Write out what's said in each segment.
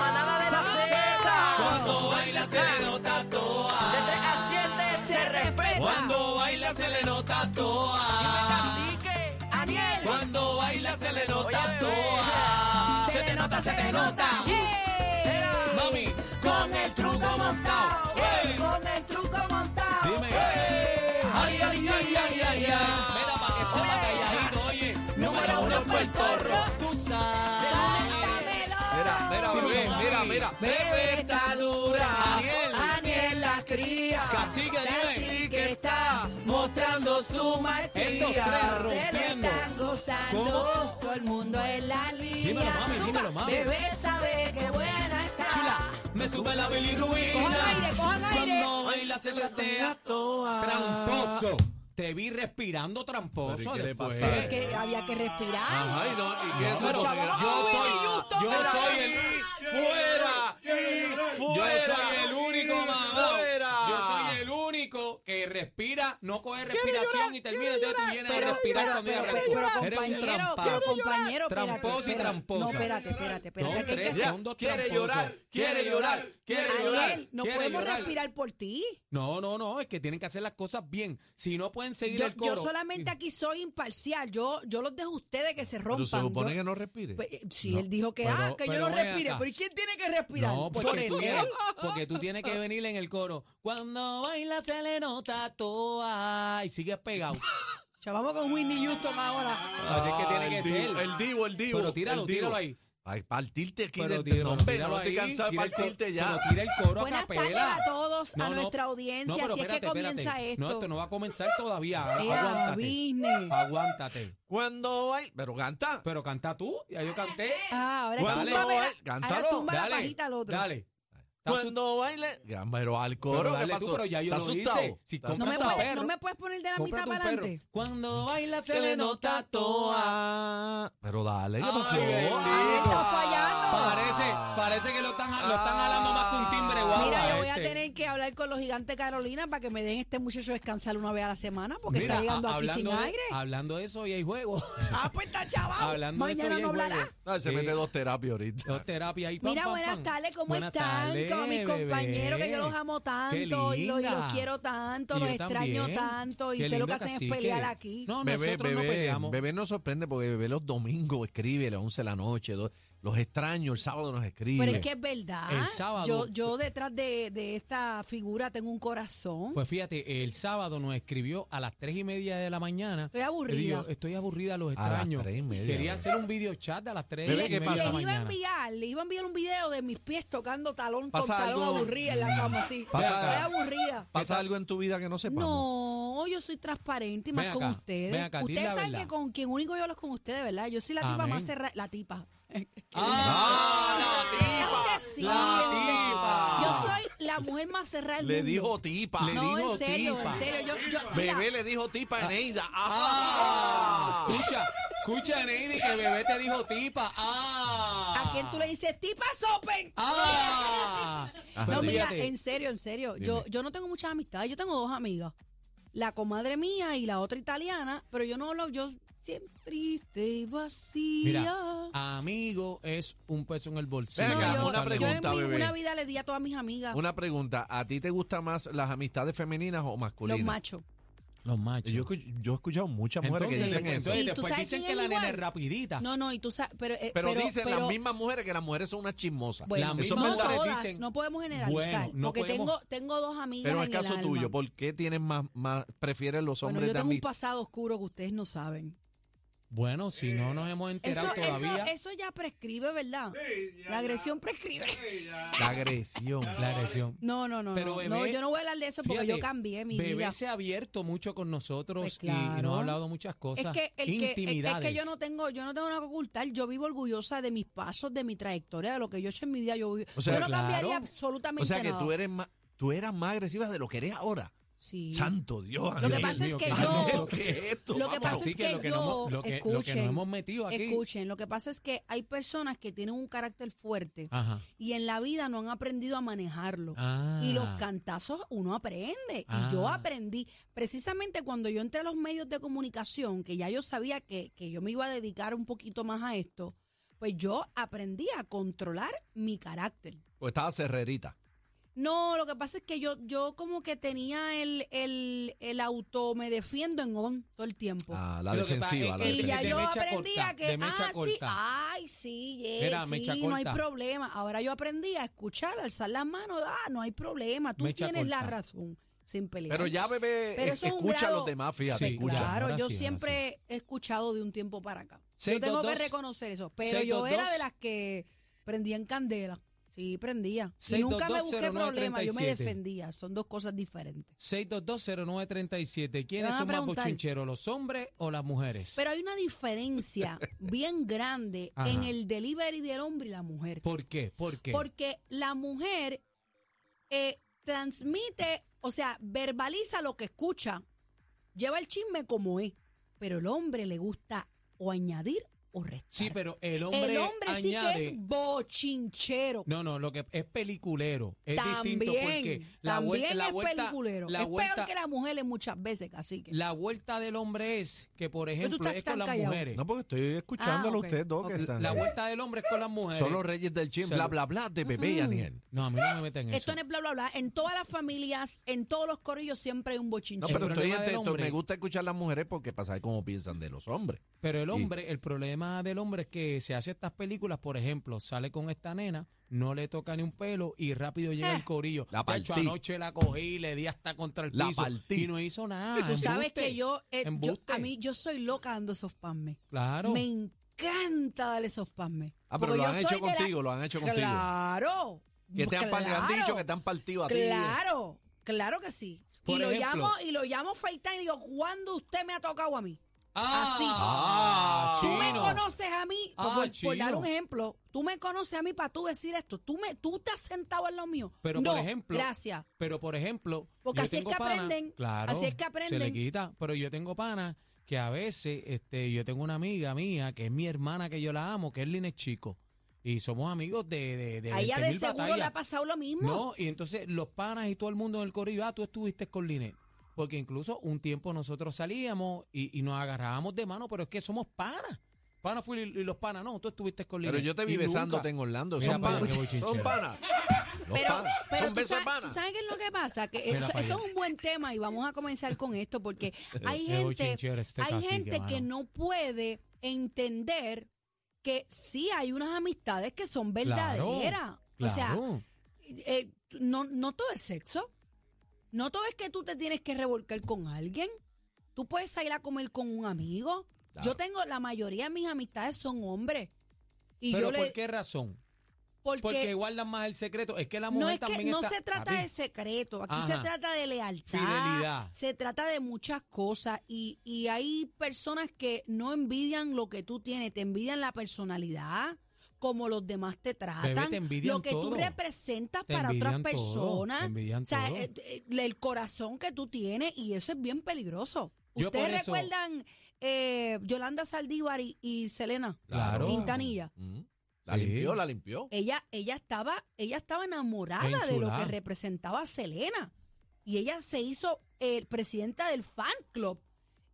manada de la Z. Cuando baila se le nota toa. De 3 a 7 se respeta. Cuando baila se le nota toa. Cacique, Aniel. Cuando baila se le nota toa. Se, te nota, se te nota. Uh. Mami, con el truco montado. Con el truco montado. Dime. Ay, ay, ay, ay, ay, ay. Mira pa' que se va calladito, oye. Número uno en Puerto Rico. Tú sabes. Mira, mira, bebé, mira, mira. Bebé está dura. Aniel. Aniel la cría. Cacique, dime. que está mostrando su maestría. Estos tres rompiendo. ¿Cómo? Todo el mundo en la línea. Dímelo, mami, dímelo, mami. Bebé sabe que buena está. Chula, me sube la bilirrubina. Cojan aire, cojan aire. Cuando baila se tratea toa. Tramposo. Te vi respirando tramposo después. Es que había que respirar. Ay, no, ¿y qué eso? Los chavos no yo son soy, Whitney Houston, yo pero- soy el fuera, y fuera. Yo soy el único mamón. Yo soy el único que respira, no coge respiración y termina entonces tú llenas de respirar cuando pero, ella pero, pero, respira. Eres un compañero, pero compañero, espérate, trampazo. Tramposo y espérate. tramposa. No, espérate, espérate, espérate. Son que hay que tres, hacer- son dos tramposos. Aniel, no quiere podemos llorar. respirar por ti. No, no, no, es que tienen que hacer las cosas bien. Si no pueden seguir Yo, el yo coro. solamente aquí soy imparcial. Yo, yo los dejo a ustedes que se rompan. Pero se supone Yo- que no respire. Pues, eh, si él dijo que, Pero- ah, que yo pero no ven respire. acá. ¿Pero ¿y quién tiene que respirar? No, Por porque, él. tú tienes, porque tú tienes que venir en el coro. Cuando baila se le nota toa y sigues pegado. Ya vamos con Whitney Houston ahora. Así es que tiene Ah, que el divo, ser. El divo, el divo. Pero tíralo, el divo. tíralo ahí. Ay, partirte aquí Pero del tira- pero no, hombre, tíralo no estoy ahí, cansado de tira el coro- partirte ya. pero tira el coro Buenas a capela. tardes a todos, a nuestra no, audiencia, pero si es que espérate, espérate. comienza No, esto. esto no va a comenzar todavía. Eh, Aguántate. business. Aguántate. Cuando hay, pero canta. Pero canta tú, ya yo canté. Ah, ahora Dale, túmbame la- Joel, ahora cántalo, tumba dale, la pajita al otro. Dale. Está asu- Cuando baile, ya, pero al coro, Pero ¿qué dale tú, pasó? pero ya yo ¿Estás lo hice. asustado? Si ¿Estás con- No me, Canta, puedes, perro. no me puedes poner de la mitad Cómprate un para perro. adelante. Cuando baila se Se le nota toa. Pero dale, ¿qué pasó? Ah. bendito. Ay, está fallando. Parece, parece que lo están, lo están jalando más que un timbre guagua. Ah. Mira, yo voy a este. tener que hablar con los gigantes Carolina para que me den este muchacho descansar una vez a la semana porque Mira, está llegando a- aquí sin hablando de, aire. Hablando de eso, y hay juego. Ah, pues está chaval. hablando de Mañana eso, y no hay juego. hablará. Ah, se Sí. mete dos terapias ahorita. Dos terapias ahí. pam, Mira, pam, buenas pam. tardes, ¿cómo Buenas están? tardes, Con mis compañeros que bebé. yo los amo Qué tanto y los, y los linda. quiero tanto, Y los yo extraño también. tanto y Qué ustedes lo que lindo hacen es cacique. pelear aquí. No, Bebé, nosotros no bebé, peleamos. bebé nos sorprende porque bebé los domingos escribe, las 11 de la noche, do- los extraños, el sábado nos escribe. Pero es que es verdad. El sábado- Yo, yo detrás de, de esta figura tengo un corazón. Pues fíjate, el sábado nos escribió a las tres y media de la mañana. Estoy aburrida. Le digo, estoy aburrida, los A las extraños. tres y media, Quería bebé. hacer un video chat a las tres Bebé, y ¿qué media de pasa? la les iba a mañana. enviar, les iba a enviar un video de mis pies tocando talón con Pasa talón algo- aburrida en la cama, así. Pasa- Estoy aburrida. ¿Pasa algo en tu vida que no sepamos? No, yo soy transparente y Ven más con acá, ven ustedes. acá, di ustedes la saben verdad. que con quien único yo hablo es con ustedes, ¿verdad? Yo soy la tipa Amén. más cerrada. La tipa. ¡Ah, la Es un decir, es un decir. Yo soy la mujer más cerrada del Le mundo. dijo tipa. No, Le en dijo serio, tipa. en serio. Yo, yo, mira, Bebé le dijo tipa a Eneida. Ah, ¡Ah! escucha, escucha, Neidi, que bebé te dijo tipa. Ah. ¿A quién tú le dices tipa sopen? Ah. No, Pero mira, fíjate, en serio, en serio. Yo, yo no tengo muchas amistades. Yo tengo dos amigas. La comadre mía y la otra italiana. Pero yo no hablo. Yo siempre y vacía. mira, amigo es un peso en el bolsillo. Ven no, acá, yo, una yo pregunta, en mi, bebé. una vida le di a todas mis amigas. Una pregunta, ¿a ti te gustan más las amistades femeninas o masculinas? los machos. Los machos. Yo, escu- yo he escuchado muchas mujeres Entonces, pues, que dicen eso. entonces, ¿Y tú después sabes dicen quién que es la nena es igual? rapidita. No, no, y tú sabes, pero, eh, Pero, pero- dicen pero- las mismas mujeres que las mujeres son unas chismosas. bueno, las eso es mismas no verdad. mujeres todas, dicen, no podemos generalizar, bueno, no porque podemos- tengo, tengo dos amigas Pero en en el caso alma. tuyo, ¿por qué tienen más, más prefieren los Bueno, hombres yo de tengo un amistad? pasado oscuro que ustedes no saben. Bueno, si no nos hemos Eso, enterado eso, todavía. eso ya prescribe, ¿verdad? La agresión prescribe. La agresión. La agresión. No, no, no. Pero, no. bebé, no, yo no voy a hablar de eso porque Fíjate, yo cambié mi bebé vida. se ha abierto mucho con nosotros Pues y- y, nos claro. ha hablado muchas Es cosas. que, el que- es- es Intimidades. que yo no tengo, yo no tengo nada que ocultar. Yo vivo orgullosa de mis pasos, de mi trayectoria, de lo que yo he hecho en mi vida. Yo, vivo- O sea, yo no claro. cambiaría O absolutamente sea que nada. tú eres más, tú eras más agresiva de lo que eres ahora. Sí. Santo Dios. Lo que Dios pasa es mío, que ¿qué yo. ¿Qué es esto? Lo que Vamos. pasa así es que que, lo que yo, nos hemos- lo que- lo que nos escuchen, hemos metido aquí. Escuchen, lo que pasa es que hay personas que tienen un carácter fuerte Ajá. y en la vida no han aprendido a manejarlo. Ah. Y los cantazos uno aprende. Ah. Y yo aprendí, precisamente cuando yo entré a los medios de comunicación, que ya yo sabía que, que yo me iba a dedicar un poquito más a esto, pues yo aprendí a controlar mi carácter. O pues, estaba cerrerita. No, lo que pasa es que yo, yo como que tenía el, el, el auto, me defiendo en on todo el tiempo. Ah, la Lo que pasa defensiva. es que- la Pues, Y defensiva. ya de yo mecha aprendí corta, a que, de mecha ah, sí, corta. ay, sí, yeah, Mira, sí, mecha no hay corta. problema. Ahora yo aprendí a escuchar, alzar las manos, ah, no hay problema, tú Mecha tienes la corta. razón, sin pelear. Pero ya, bebé, Pero eso es un escucha a grado- los demás, fíjate. Sí, escucha. claro. Claro, ahora yo sí, ahora siempre he escuchado de un tiempo para acá. Seis, yo tengo dos, que dos. reconocer eso, pero Seis, yo dos, era dos. de las que prendían candela. Sí, prendía. Y Seis, dos, nunca me dos, busqué cero, nueve, problemas, yo me 37. defendía. Son dos cosas diferentes. 6220937. Me ¿Quiénes van a son más preguntar. bochincheros, los hombres o las mujeres? Pero hay una diferencia bien grande Ajá. en el delivery del hombre y la mujer. ¿Por qué? ¿Por qué? Porque la mujer eh, transmite, o sea, verbaliza lo que escucha, lleva el chisme como es, pero el hombre le gusta o añadir o restar. sí, pero el hombre, el hombre añade... sí que es bochinchero. No, no, lo que es peliculero. Es también, distinto porque la también vuelta, la es vuelta, peliculero. La es vuelta, peor que las mujeres muchas veces, así que. la vuelta del hombre es que, por ejemplo, estás es tan con las callado. mujeres. No, porque estoy escuchándolo Ah, ok. a ustedes dos que están. la vuelta del hombre es con las mujeres. Son los reyes del chin, Salud. bla, bla, bla, de bebé Mm. y Aniel. No, a mí no me meten eso. Esto en el bla bla bla, en todas las familias, en todos los corillos siempre hay un No, bochinchero. pero El estoy problema del atento. hombre. Me gusta escuchar las mujeres porque para saber cómo piensan de los hombres. Pero el hombre, el problema del hombre es que se hace estas películas, por ejemplo, sale con esta nena, no le toca ni un pelo y rápido llega Eh. el corillo. La De hecho, partí. anoche la cogí, le di hasta contra el La piso partí. y no hizo nada. Tú sabes Embuste, que yo, eh, yo- embuste. a mí yo soy loca dando esos pasmes. Claro. Me encanta darle esos pasmes. Ah, pero Porque lo yo han hecho soy de la- contigo, lo han hecho contigo. Claro. Que te han, par- claro, han dicho que te han partido a ti. Claro, claro que sí. Por y lo ejemplo. llamo y lo llamo FaceTime y digo, ¿cuándo usted me ha tocado a mí? Ah, Así. Ah, Tú me chino. conoces a mí, por- Ah, por, por chino. dar un ejemplo, tú me conoces a mí para tú decir esto. Tú me tú te has sentado en lo mío. Pero No, por ejemplo, gracias. Pero por ejemplo, Porque yo así es tengo que pana- aprenden, Claro, así es que Se le aprenden. quita, pero yo tengo pana que a veces, este, yo tengo una amiga mía que es mi hermana que yo la amo, que es Lines Chico, y somos amigos de de, de A ella de 20.000 seguro le batallas. ha pasado lo mismo. No, y entonces los panas y todo el mundo en el corillo, ah, tú estuviste con Linet. Porque incluso un tiempo nosotros salíamos y, y nos agarrábamos de mano, pero es que somos panas. Panas fui y y los panas, no, tú estuviste con Linet. Pero yo te vi Y nunca- besándote en Orlando. Mira Son para allá, panas. qué bochinchero. Son panas. Los Pero, panas. pero tú, Son besos de sabes, tú panas. sabes qué es lo que pasa, que Mira eso, para eso allá. es un buen tema y vamos a comenzar con esto porque hay Qué gente, bochinchero este hay cacique, gente que mano. no puede entender que sí hay unas amistades que son verdaderas. O sea, claro. eh, no, no todo es sexo. No todo es que tú te tienes que revolcar con alguien. Tú puedes salir a comer con un amigo. Claro. Yo tengo, la mayoría de mis amistades son hombres. Y pero yo ¿por le, qué razón? porque, Porque guardan más el secreto. Es que la mujer no es que también no está- se trata Papi, de secreto, aquí se Ajá. trata de lealtad, Fidelidad. se trata de muchas cosas y, y hay personas que no envidian lo que tú tienes, te envidian la personalidad, como los demás te tratan, te envidian lo que todo. tú representas Te para otras envidian todo, personas, te envidian o sea, todo. eh, eh, el corazón que tú tienes y eso es bien peligroso. Yo por ¿Ustedes eso- recuerdan eh, Yolanda Saldívar y, y Selena Claro. Quintanilla? Mm. La Sí. limpió, la limpió. ella, ella estaba, ella estaba enamorada de lo Enchulada. que representaba a Selena. Y ella se hizo eh, presidenta del fan club.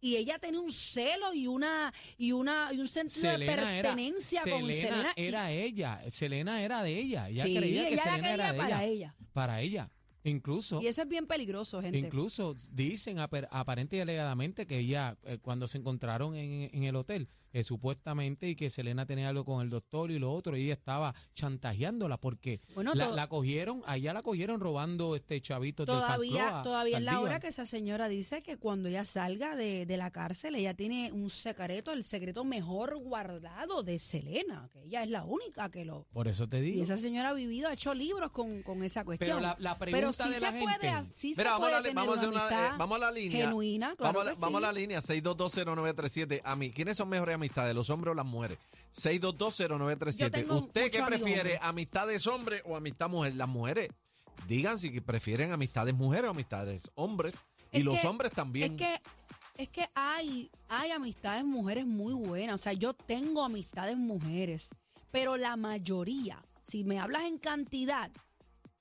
Y ella tenía un celo y una, y una, y un sentido de era- pertenencia con Selena Selena. y- era ella. Selena era de ella. Ella Sí, creía que ella la Selena era quería de para ella. ella. Para ella. Incluso, Y eso es bien peligroso, gente. incluso dicen aper- aparente y alegadamente que ella, eh, cuando se encontraron en, en el hotel, eh, supuestamente, y que Selena tenía algo con el doctor y lo otro, y ella estaba chantajeándola porque Bueno, la, to- la cogieron, allá la cogieron robando este chavito todavía, todavía es la hora que esa señora dice que cuando ella salga de, de la cárcel, ella tiene un secreto, el secreto mejor guardado de Selena, que ella es la única que lo... Por eso te Y digo. esa señora ha vivido, ha hecho libros con, con esa cuestión. Pero la, la pregunta Pero sí de se la gente. puede, ha- sí se Mira, vamos a, puede la, tener vamos a hacer una, una, amistad eh, vamos a la línea. genuina, claro vamos, a la- que vamos a sí. la línea 6220937. A mí, ¿quiénes son mejores amistades, los hombres o las mujeres? 6220937. tengo ¿Usted qué muchos amigos prefiere, hombres. amistades hombres o amistad mujer? Las mujeres. Digan si que prefieren amistades mujeres o amistades hombres. Y Es los que- hombres también. Es que, es que hay, hay amistades mujeres muy buenas. O sea, yo tengo amistades mujeres, pero la mayoría, si me hablas en cantidad,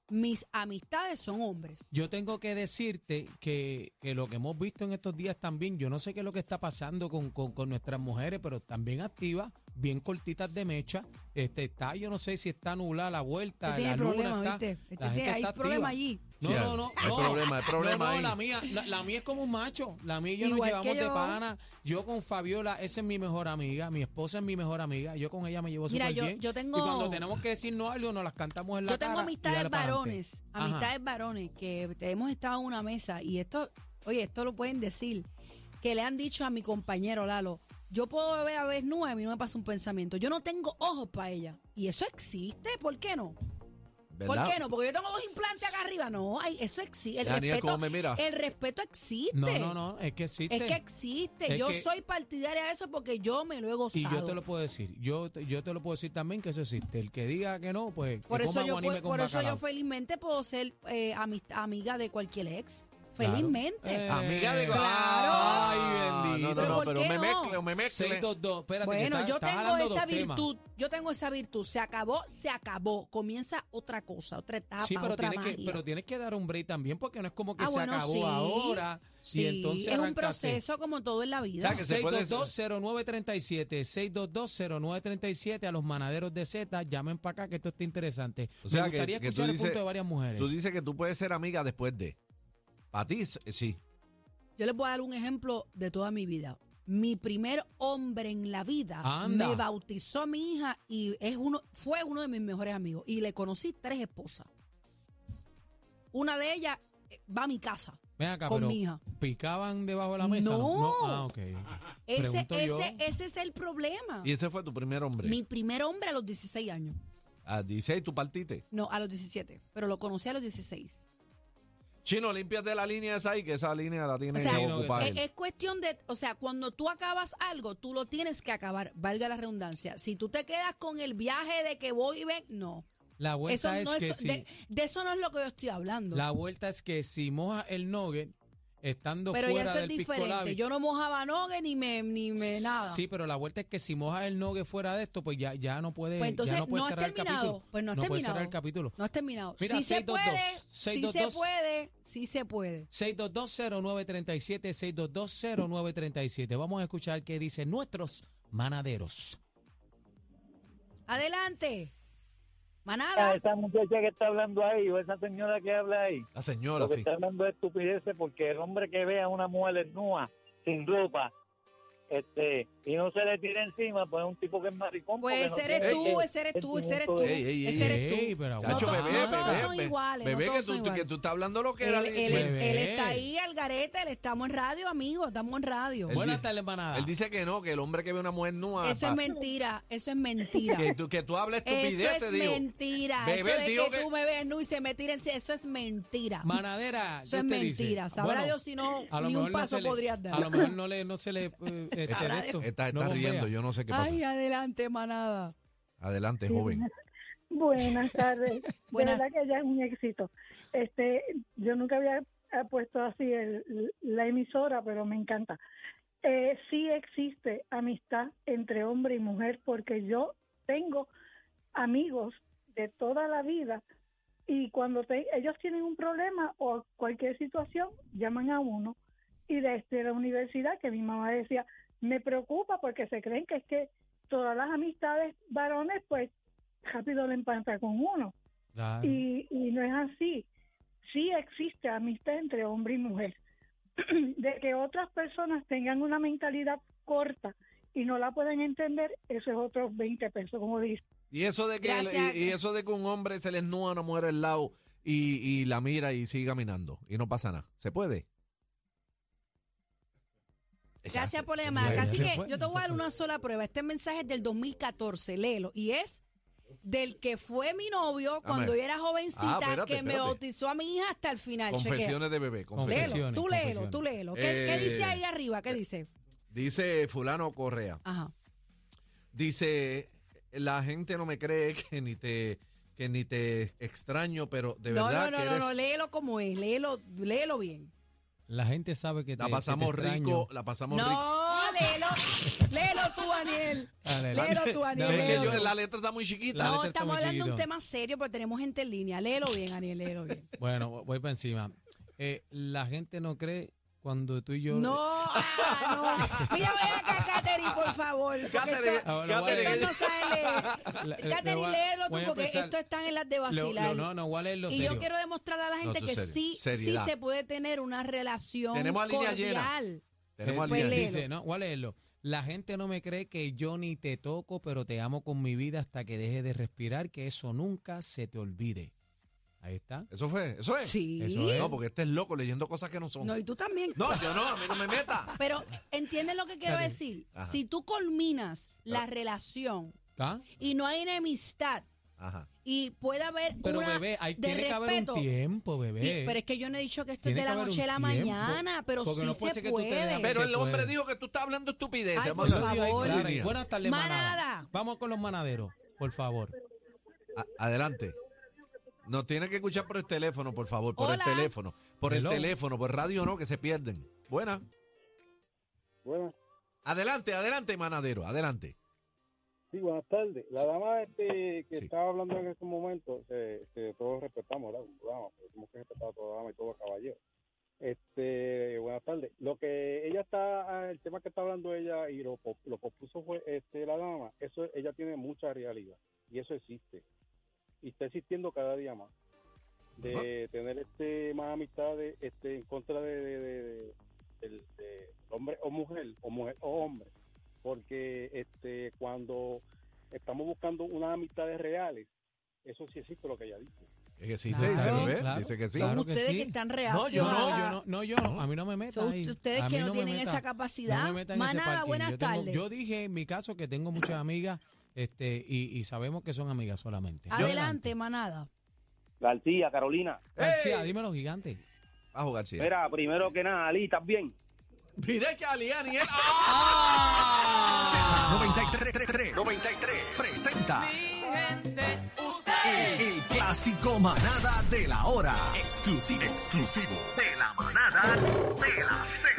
mis amistades son hombres. Yo tengo que decirte que, que lo que hemos visto en estos días también, yo no sé qué es lo que está pasando con, con- con nuestras mujeres, pero también activas, bien cortitas de mecha. Este está, yo no sé si está nublada la vuelta, Este la tiene luna problema, está- ¿viste? la Este gente tiene- hay está problema activa. allí. No, Sí, no, no. hay no. problema, hay problema No, no, ahí. la mía, la, la mía es como un macho. La mía y yo Igual nos que llevamos de yo. pana. Yo con Fabiola, esa es mi mejor amiga, mi esposa es mi mejor amiga. Yo con ella me llevo Mira, súper yo- bien. yo tengo- Y cuando tenemos que decirnos algo, nos las cantamos en la Yo tengo cara y amistades dale pa'lante. varones, Ajá. amistades varones que te- hemos estado en una mesa y esto, oye, esto lo pueden decir, que le han dicho a mi compañero Lalo, yo puedo beber a vez nueve, a mí no me pasa un pensamiento, yo no tengo ojos para ella. Y eso existe, ¿por qué no? ¿verdad? ¿Por qué no? Porque yo tengo dos implantes acá arriba. No, ay, eso existe. El, Mira, Daniel, respeto, cómo me mira. el respeto existe. No, no, no, es que existe. Es que existe. Es yo que- soy partidaria de eso porque yo me lo he Y gozado. yo te lo puedo decir, yo te, yo te lo puedo decir también que eso existe. El que diga que no, pues por que eso, coma yo, guanime pu- con por eso yo bacalao. felizmente puedo ser eh, amist- amiga de cualquier ex. Claro. Felizmente. Eh, Amiga de Claro. Ay, Ay, bendito. bendito. No, no, no, ¿Pero por pero qué me no? mezcle, me mezcle. 622, espérate, que Bueno, está- yo estás tengo jalando esa dos temas. virtud. Yo tengo esa virtud. Se acabó, se acabó. Comienza otra cosa, otra etapa, Sí, pero ah, otra tienes, que, magia. pero tienes que dar un break también porque no es como que Ah, se bueno, acabó sí. ahora. Sí, y entonces es un arrancaste. proceso como todo en la vida. O sea, que se puede- 622-0937, 622-0937 a los manaderos de Z, llamen para acá que esto está interesante. O sea, Me que- gustaría que tú escuchar el dices- punto de varias mujeres. Tú dices que tú puedes ser amiga después de. Para ti, sí. Yo les voy a dar un ejemplo de toda mi vida. Mi primer hombre en la vida Anda. me bautizó a mi hija y es uno, fue uno de mis mejores amigos. Y le conocí tres esposas. Una de ellas eh, va a mi casa. Ven acá, con pero mi hija. picaban debajo de la mesa. No. Ah, ok. Ese, Pregunto yo. ese, ese es el problema. Y ese fue tu primer hombre. Mi primer hombre a los 16 años. A 16 tú partiste. No, a los 17. Pero lo conocí a los 16. Chino, límpiate la línea esa ahí, que esa línea la tiene O sea, eh, que ocupar Es, él. es cuestión de, o sea, cuando tú acabas algo, tú lo tienes que acabar, valga la redundancia. Si tú te quedas con el viaje de que voy y ven, no. La Eso vuelta es no que es, si, de, de eso no es lo que yo estoy hablando. la vuelta es que si moja el nugget estando pero ya fuera eso es del pisco diferente. labi- Yo no mojaba nogue ni me, ni me nada. Sí, pero la vuelta es que si moja el nugget fuera de esto, pues ya, ya no puede, pues entonces ya no puede no has cerrar el terminado. capítulo. Pues no has puede terminado. cerrar el capítulo. No has terminado. Mira, si se 622, puede, si se 622. puede, si se puede. 6220937, 6220937. Vamos a escuchar qué dicen nuestros manaderos. Adelante. Ah, Manada. esa muchacha que está hablando ahí o esa señora que habla ahí, La lo señora, que sí. está hablando es estupideces porque el hombre que ve a una mujer desnuda, sin ropa, este, y no se le tira encima, pues es un tipo que es maricón. porque Pues no eh, ese eres tiene tú, ese ese eres tú, ese eres sentimiento tú. de- Ey, ey, Ese ey, eres ey, tú. pero Chacho, no, to- bebé, no todos bebé, son bebé, iguales, no bebé, todos que, tú, son tú- iguales. que tú estás hablando lo que era. Él, él- Bebé. él está ahí al garete, le estamos en radio, amigo, estamos en radio. Él Buenas dice- tardes, manada. Él dice que no, que el hombre que ve una mujer nua. Eso pa- es mentira, eso es mentira. que tú, que tú hablas Eso estupideces, es digo. mentira. Bebé, eso de digo que, que- tú me ves nu y se me tiren, eso es mentira. Manadera. eso ¿qué es usted dice? mentira. Sabrá Bueno, eh, Dios si no, a lo ni un mejor no paso se le- podrías dar. A lo mejor no, le, no se le... eh, este, Sabrá de esto, Está, no está bombea. riendo, yo no sé qué pasa. Ay, adelante, manada. Adelante, joven. Buenas tardes. Buenas. De verdad que ella es un éxito. Este, yo nunca había eh, puesto así el- la emisora, pero me encanta. Eh, sí existe amistad entre hombre y mujer porque yo tengo amigos de toda la vida y cuando te- ellos tienen un problema o cualquier situación llaman a uno y desde la universidad que mi mamá decía me preocupa porque se creen que es que todas las amistades varones pues rápido le empanta con uno Claro. y, y no es así. sí existe amistad entre hombre y mujer. De que otras personas tengan una mentalidad corta y no la pueden entender, eso es otros 20 pesos, como dice. Y eso de que, Gracias. y, y eso de que un hombre se les nua a una mujer al lado y, y la mira y sigue caminando y no pasa nada. ¿Se puede? Gracias por la Bueno, llamada. Así se que fue, yo te voy a se dar una sola prueba. Este mensaje es del 2014, léelo. Y es del que fue mi novio cuando yo era jovencita, Ah, espérate, que me espérate. bautizó a mi hija hasta el final. Ah, Chequea. Confesiones de bebé. confesiones. Léelo, tú Confesiones, léelo, tú confesiones. léelo. ¿Qué, qué Eh, dice ahí arriba? ¿Qué dice? Dice fulano Correa. Ajá. Dice, la gente no me cree que ni te que ni te extraño, pero de No, no, verdad no, que no, no, eres- léelo como es, léelo, léelo bien. La gente sabe que te, la pasamos que te extraño. rico, la pasamos rico. No, léelo, léelo tú, Daniel. Dale, dale. Léelo tú, Daniel. Dale, Es que léelo. yo- la letra está muy chiquita. La No, letra está estamos muy hablando de un chiquito. tema serio, pero tenemos gente en línea. Léelo bien, Daniel, léelo bien. Bueno, voy para encima. Eh, la gente no cree cuando tú y yo... No, ah, no. Mira, ven acá, Katherine, por favor. porque Catherine, esto- Ahora voy a Catherine, Esto no Le- le- sale. le Catherine, voy a- léelo tú, voy a porque empezar- esto está en las de Lo- lo- vacilar. no, no, voy a leerlo y serio. yo quiero demostrarle a la gente esto que es serio. sí, Seriedad. sí se puede tener una relación Tenemos a línea llena. cordial. Tenemos pues al día. léelo. Dice, no, voy a leerlo. La gente no me cree que yo ni te toco, pero te amo con mi vida hasta que deje de respirar, que eso nunca se te olvide. Ahí está. Eso fue, eso es. Sí. Eso es. No, porque este es loco leyendo cosas que no son. No, y tú también. No, yo no, a mí no me meta. Pero entienden lo que quiero Catherine, decir. ajá. Si tú culminas Ah. la relación ¿Está? y no hay enemistad Ajá. y puede haber Pero una bebé, ahí de tiene que haber respeto, un tiempo, Y- bebé. pero es que yo no he dicho que esto Tiene es que de la haber noche a un la tiempo, mañana, pero porque sí no puede se ser que tú te dejes puede. ver. Pero el hombre puede. dijo que tú estás hablando estupidez. Ay, Vamos por a- Lo digo ahí, favor. claro. Línea. Buenas tardes, manada. Manada. Vamos con los manaderos, por favor. A- Adelante. Nos tiene que escuchar por el teléfono, por favor, por Hola. el teléfono, por Hello. el teléfono, por radio no, que se pierden. Buena. Bueno, Adelante, adelante, manadero, adelante. sí, buenas tardes. La dama este que Sí. estaba hablando en este momento, se, se- todos respetamos, ¿verdad? Como Dama, pero tenemos que respetar a toda dama y todo caballero. Este, buenas tardes. Lo que ella está, ah, el tema que está hablando ella y lo, po- lo propuso fue este, la dama, eso ella tiene mucha realidad y eso existe. Y está existiendo cada día más. De tener este más amistades este, en contra de, de- de- de- del- de hombre o mujer, o mujer o hombre. Porque este cuando estamos buscando unas amistades reales, eso sí existe lo que ella dice. Es que sí, Claro, dice, claro. bebé, dice que sí. Son Claro que ustedes que, sí. están No, reacios. yo no, a- yo no, no, yo no, a mí no me metas Son ahí. ustedes A que mí no me tienen esa capacidad. No me metan en ese Manada, parking. buenas yo, tengo- tardes. yo dije en mi caso que tengo muchas amigas este, y, y sabemos que son amigas solamente. Adelante, manada. García, Carolina. García, dímelo, gigante. Bajo García. Mira, primero que nada, Ali, ¿estás bien? Mira que Aliani ¡Ah! él. Ah. 93, 93 presenta. El, el clásico manada de la hora. Exclusivo. Exclusivo. De la manada de la Z.